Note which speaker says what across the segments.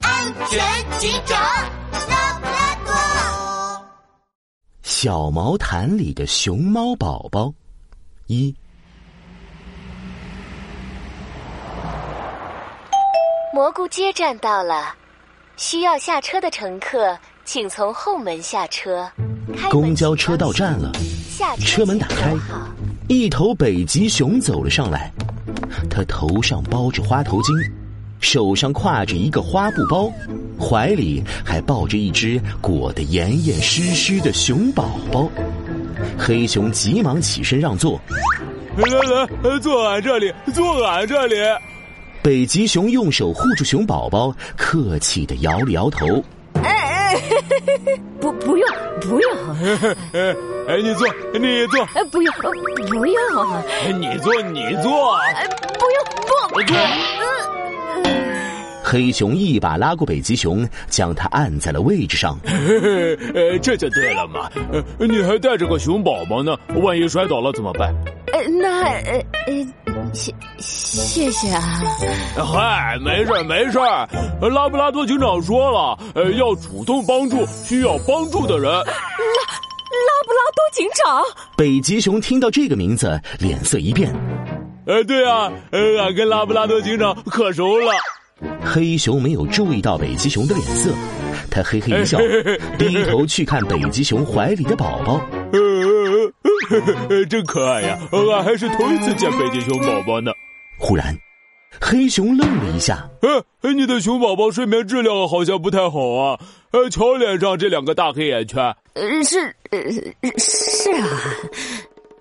Speaker 1: 安全警长拉布拉多。
Speaker 2: 小毛毯里的熊猫宝宝，一
Speaker 3: 蘑菇街站到了，需要下车的乘客请从后门下车。开门
Speaker 2: 公交车到站了，
Speaker 3: 下
Speaker 2: 车门打
Speaker 3: 请
Speaker 2: 开
Speaker 3: 走好
Speaker 2: 一头北极熊走了上来，它头上包着花头巾，手上挎着一个花布包，怀里还抱着一只裹得严严实实的熊宝宝。黑熊急忙起身让座，
Speaker 4: 来来来，坐俺这里，坐俺这里。
Speaker 2: 北极熊用手护住熊宝宝，客气的摇了摇头。
Speaker 5: 不，不用，不用，
Speaker 4: 哎哎，你坐，你坐，
Speaker 5: 呃，不用，呃不用，
Speaker 4: 哎你坐，你坐。
Speaker 5: 不用，不，
Speaker 4: 我坐。
Speaker 2: 黑熊一把拉过北极熊，将它按在了位置上。
Speaker 4: 嘿嘿，呃，这就对了嘛。呃，你还带着个熊宝宝呢，万一摔倒了怎么办？
Speaker 5: 呃，那，呃，呃，谢，谢谢啊，
Speaker 4: 嗨，没事儿没事儿。呃拉布拉多警长说了，呃，要主动帮助需要帮助的人。
Speaker 5: 拉布拉多警长，
Speaker 2: 北极熊听到这个名字，脸色一变。
Speaker 4: 呃，对啊，呃，俺跟拉布拉多警长可熟了。
Speaker 2: 黑熊没有注意到北极熊的脸色，它嘿嘿一笑， 低头去看北极熊怀里的宝宝。
Speaker 4: 呃呃，呃呵呵真可爱呀、俺还是头一次见北极熊宝宝呢。
Speaker 2: 忽然，黑熊愣了一下，
Speaker 4: 哎，你的熊宝宝睡眠质量好像不太好啊！呃，瞧脸上这两个大黑眼圈。
Speaker 5: 呃，是，呃，是啊，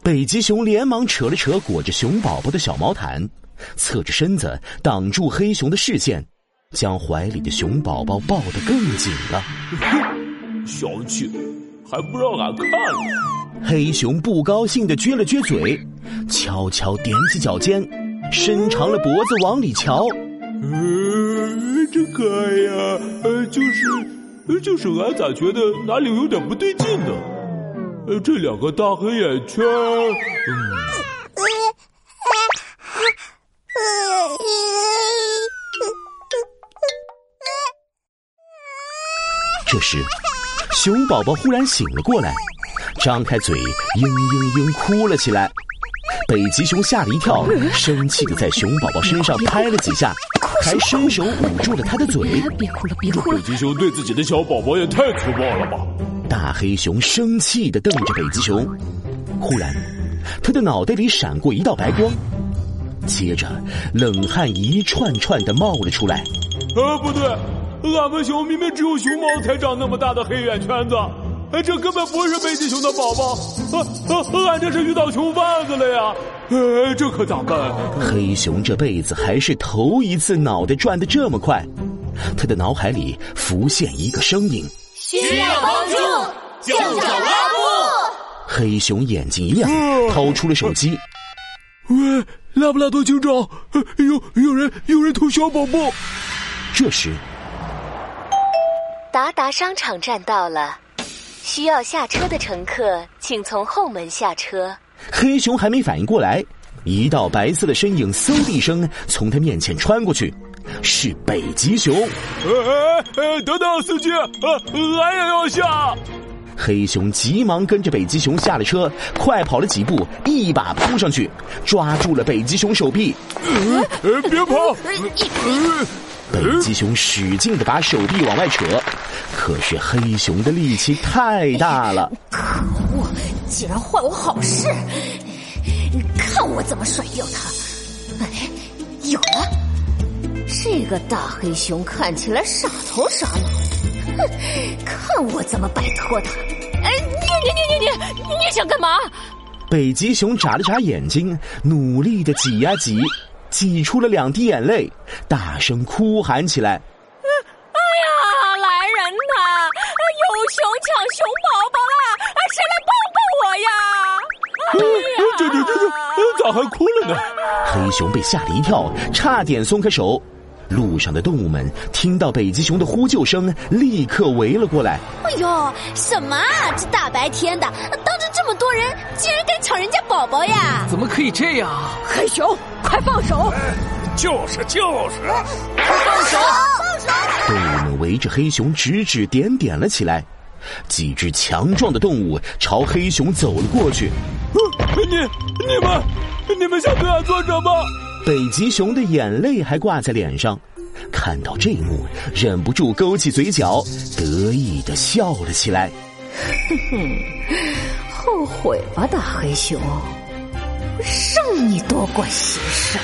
Speaker 2: 北极熊连忙扯了扯裹着熊宝宝的小毛毯，侧着身子挡住黑熊的视线，将怀里的熊宝宝抱得更紧了。
Speaker 4: 小气，还不让俺看啊了。
Speaker 2: 黑熊不高兴地撅了撅嘴，悄悄踮起脚尖，伸长了脖子往里瞧。
Speaker 4: 呃，真可爱呀、呃，就是，呃就是俺咋觉得哪里有点不对劲呢？呃，这两个大黑眼圈，
Speaker 2: 这时，熊宝宝忽然醒了过来，张开嘴嘤嘤嘤哭了起来。北极熊吓了一跳，生气的在熊宝宝身上拍了几下，还伸手捂住了他的嘴。
Speaker 5: 哎别哭了，别哭
Speaker 4: 北
Speaker 5: 了，
Speaker 4: 极熊对自己的小宝宝也太粗暴了吧！
Speaker 2: 大黑熊生气的瞪着北极熊，忽然，他的脑袋里闪过一道白光，接着冷汗一串串的冒了出来。
Speaker 4: 呃，不对，俺们熊明明只有熊猫才长那么大的黑眼圈子，哎，这根本不是北极熊的宝宝，啊啊，俺这是遇到熊贩子了呀！哎，这可咋办？
Speaker 2: 黑熊这辈子还是头一次脑袋转得这么快，他的脑海里浮现一个声音。
Speaker 1: 需要帮助，就找拉布。
Speaker 2: 黑熊眼睛一亮，掏出了手机。
Speaker 4: 喂，拉布拉多警长，呃有有人有人偷小宝宝，
Speaker 2: 这时，
Speaker 3: 达达商场站到了，需要下车的乘客请从后门下车。
Speaker 2: 黑熊还没反应过来，一道白色的身影嗖的一声从他面前穿过去，是北极熊。
Speaker 4: 哎哎，等等，司机，呃，俺也要下。
Speaker 2: 黑熊急忙跟着北极熊下了车，快跑了几步，一把扑上去，抓住了北极熊手臂。
Speaker 4: 哎，别跑！
Speaker 2: 北极熊使劲的把手臂往外扯，可是黑熊的力气太大了，
Speaker 5: 竟然坏我好事，看我怎么甩掉他！哎，有了，这个大黑熊看起来傻头傻脑，哼，看我怎么摆脱他！哎，你你你你你你想干嘛？
Speaker 2: 北极熊眨了眨眼睛，努力的挤呀挤，挤出了两滴眼泪，大声哭喊起来。
Speaker 5: 啊！来人呐！哎有熊抢熊宝宝了，谁来帮帮我呀？
Speaker 4: 这这这这，哎咋还哭了呢？
Speaker 2: 黑熊被吓了一跳，差点松开手。路上的动物们听到北极熊的呼救声，立刻围了过来。
Speaker 6: 哎呦，什么啊！这大白天的，当着这么多人，竟然敢抢人家宝宝呀！
Speaker 7: 怎么可以这样？
Speaker 5: 黑熊，快放手！
Speaker 4: 就是就是，
Speaker 2: 动物们围着黑熊指指点点了起来。几只强壮的动物朝黑熊走了过去。
Speaker 4: 你、你们、你们想对俺做什么？
Speaker 2: 北极熊的眼泪还挂在脸上，看到这一幕，忍不住勾起嘴角，得意的笑了起来。
Speaker 5: 后悔吧，大黑熊，让你多管闲事。